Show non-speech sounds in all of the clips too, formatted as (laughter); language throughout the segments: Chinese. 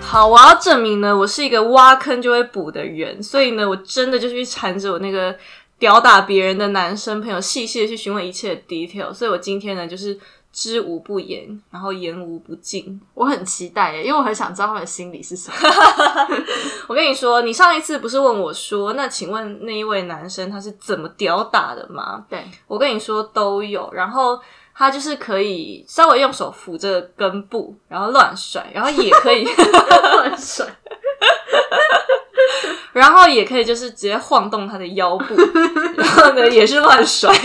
好，我要证明呢，我是一个挖坑就会补的人，所以呢，我真的就去缠着我那个吊打别人的男生朋友，细细的去询问一切的 detail。所以我今天呢，就是知无不言，然后言无不尽。我很期待耶，因为我很想知道他们的心理是什么。我跟你说，你上一次不是问我说，那请问那一位男生他是怎么吊打的吗？对，我跟你说都有，然后他就是可以稍微用手扶着根部，然后乱甩，然后也可以乱 (laughs) 甩，哦然后也可以就是直接晃动他的腰 (laughs) 部，然后呢也是乱甩，他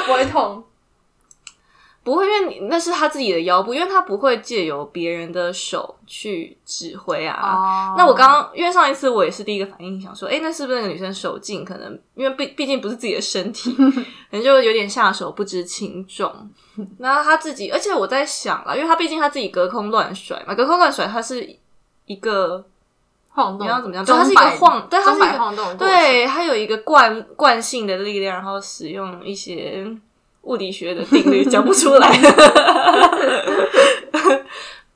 不会痛，不会，因为你那是他自己的腰部，因为他不会借由别人的手去指挥啊。哦那我刚刚因为上一次我也是第一个反应想说，哎，那是不是那个女生手劲可能因为毕毕竟不是自己的身 (laughs) 体，可能就有点下手不知轻 (laughs) 重。那她自己，而且我在想啦，因为她毕竟她自己隔空乱甩嘛，隔空乱甩，它是一个晃动，你要怎么样？钟对，它是一个摆晃，对，它是钟一摆个晃动的过程，对，它有一个惯惯性的力量，然后使用一些物理学的定律，讲不出 (laughs) 来。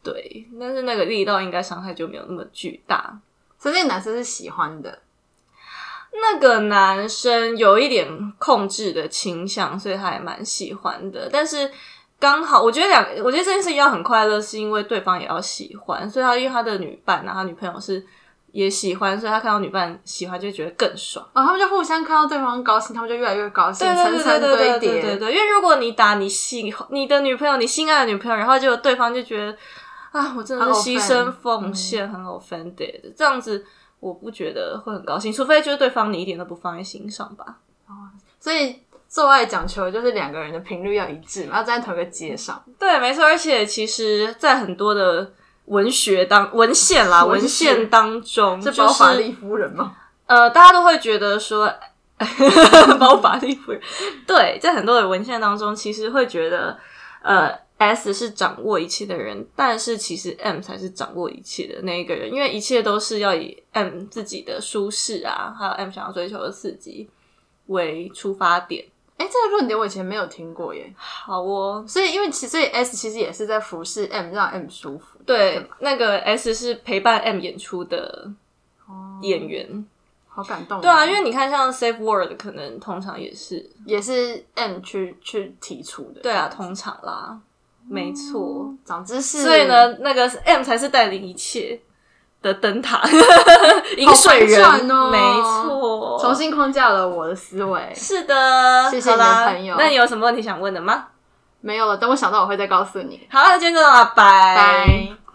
对，但是那个力道应该伤害就没有那么巨大。所以那个男生是喜欢的。那个男生有一点控制的倾向，所以他还蛮喜欢的。但是刚好，我觉得两，我觉得这件事情要很快乐，是因为对方也要喜欢，所以他因为他的女伴啊，他女朋友是也喜欢，所以他看到女伴喜欢就觉得更爽。哦，他们就互相看到对方高兴，他们就越来越高兴，对层对对层对堆对对对叠。对，因为如果你打你心你的女朋友，你心爱的女朋友，然后结果对方就觉得啊，我真的是很嗯牺 offend 牲奉献，很 offended，这样子我不觉得会很高兴，除非就是对方你一点都不放在心上吧。所以做爱讲求的就是两个人的频率要一致嘛，要站在同一个节上。对，没错，而且其实，在很多的文学当文献啦，文文献献当中，是就包法是利夫人吗？呃，大家都会觉得说， (laughs) 包法利夫人，对，在很多的文献当中，其实会觉得，呃，S 是掌握一切的人，但是其实 M 才是掌握一切的那一个人，因为一切都是要以 M 自己的舒适啊，还有 M 想要追求的刺激为出发点。哎、这个论点我以前没有听过耶。好哦，所以因为其实所以 S 其实也是在服侍 M，让 M 舒服。对吧，那个 S 是陪伴 M 演出的演员。好感动哦。对啊，因为你看像 Safe Word 可能通常也是，也是 M 去去提出的。对啊，通常啦，没错。长知识。所以，呢，那个 M 才是带领一切的灯塔，饮水好反人，转哦没错。重新框架了我的思维。是的，谢谢好啦你的朋友那你有什么问题想问的吗？没有了，等我想到我会再告诉你。好，那今天就到这，拜拜。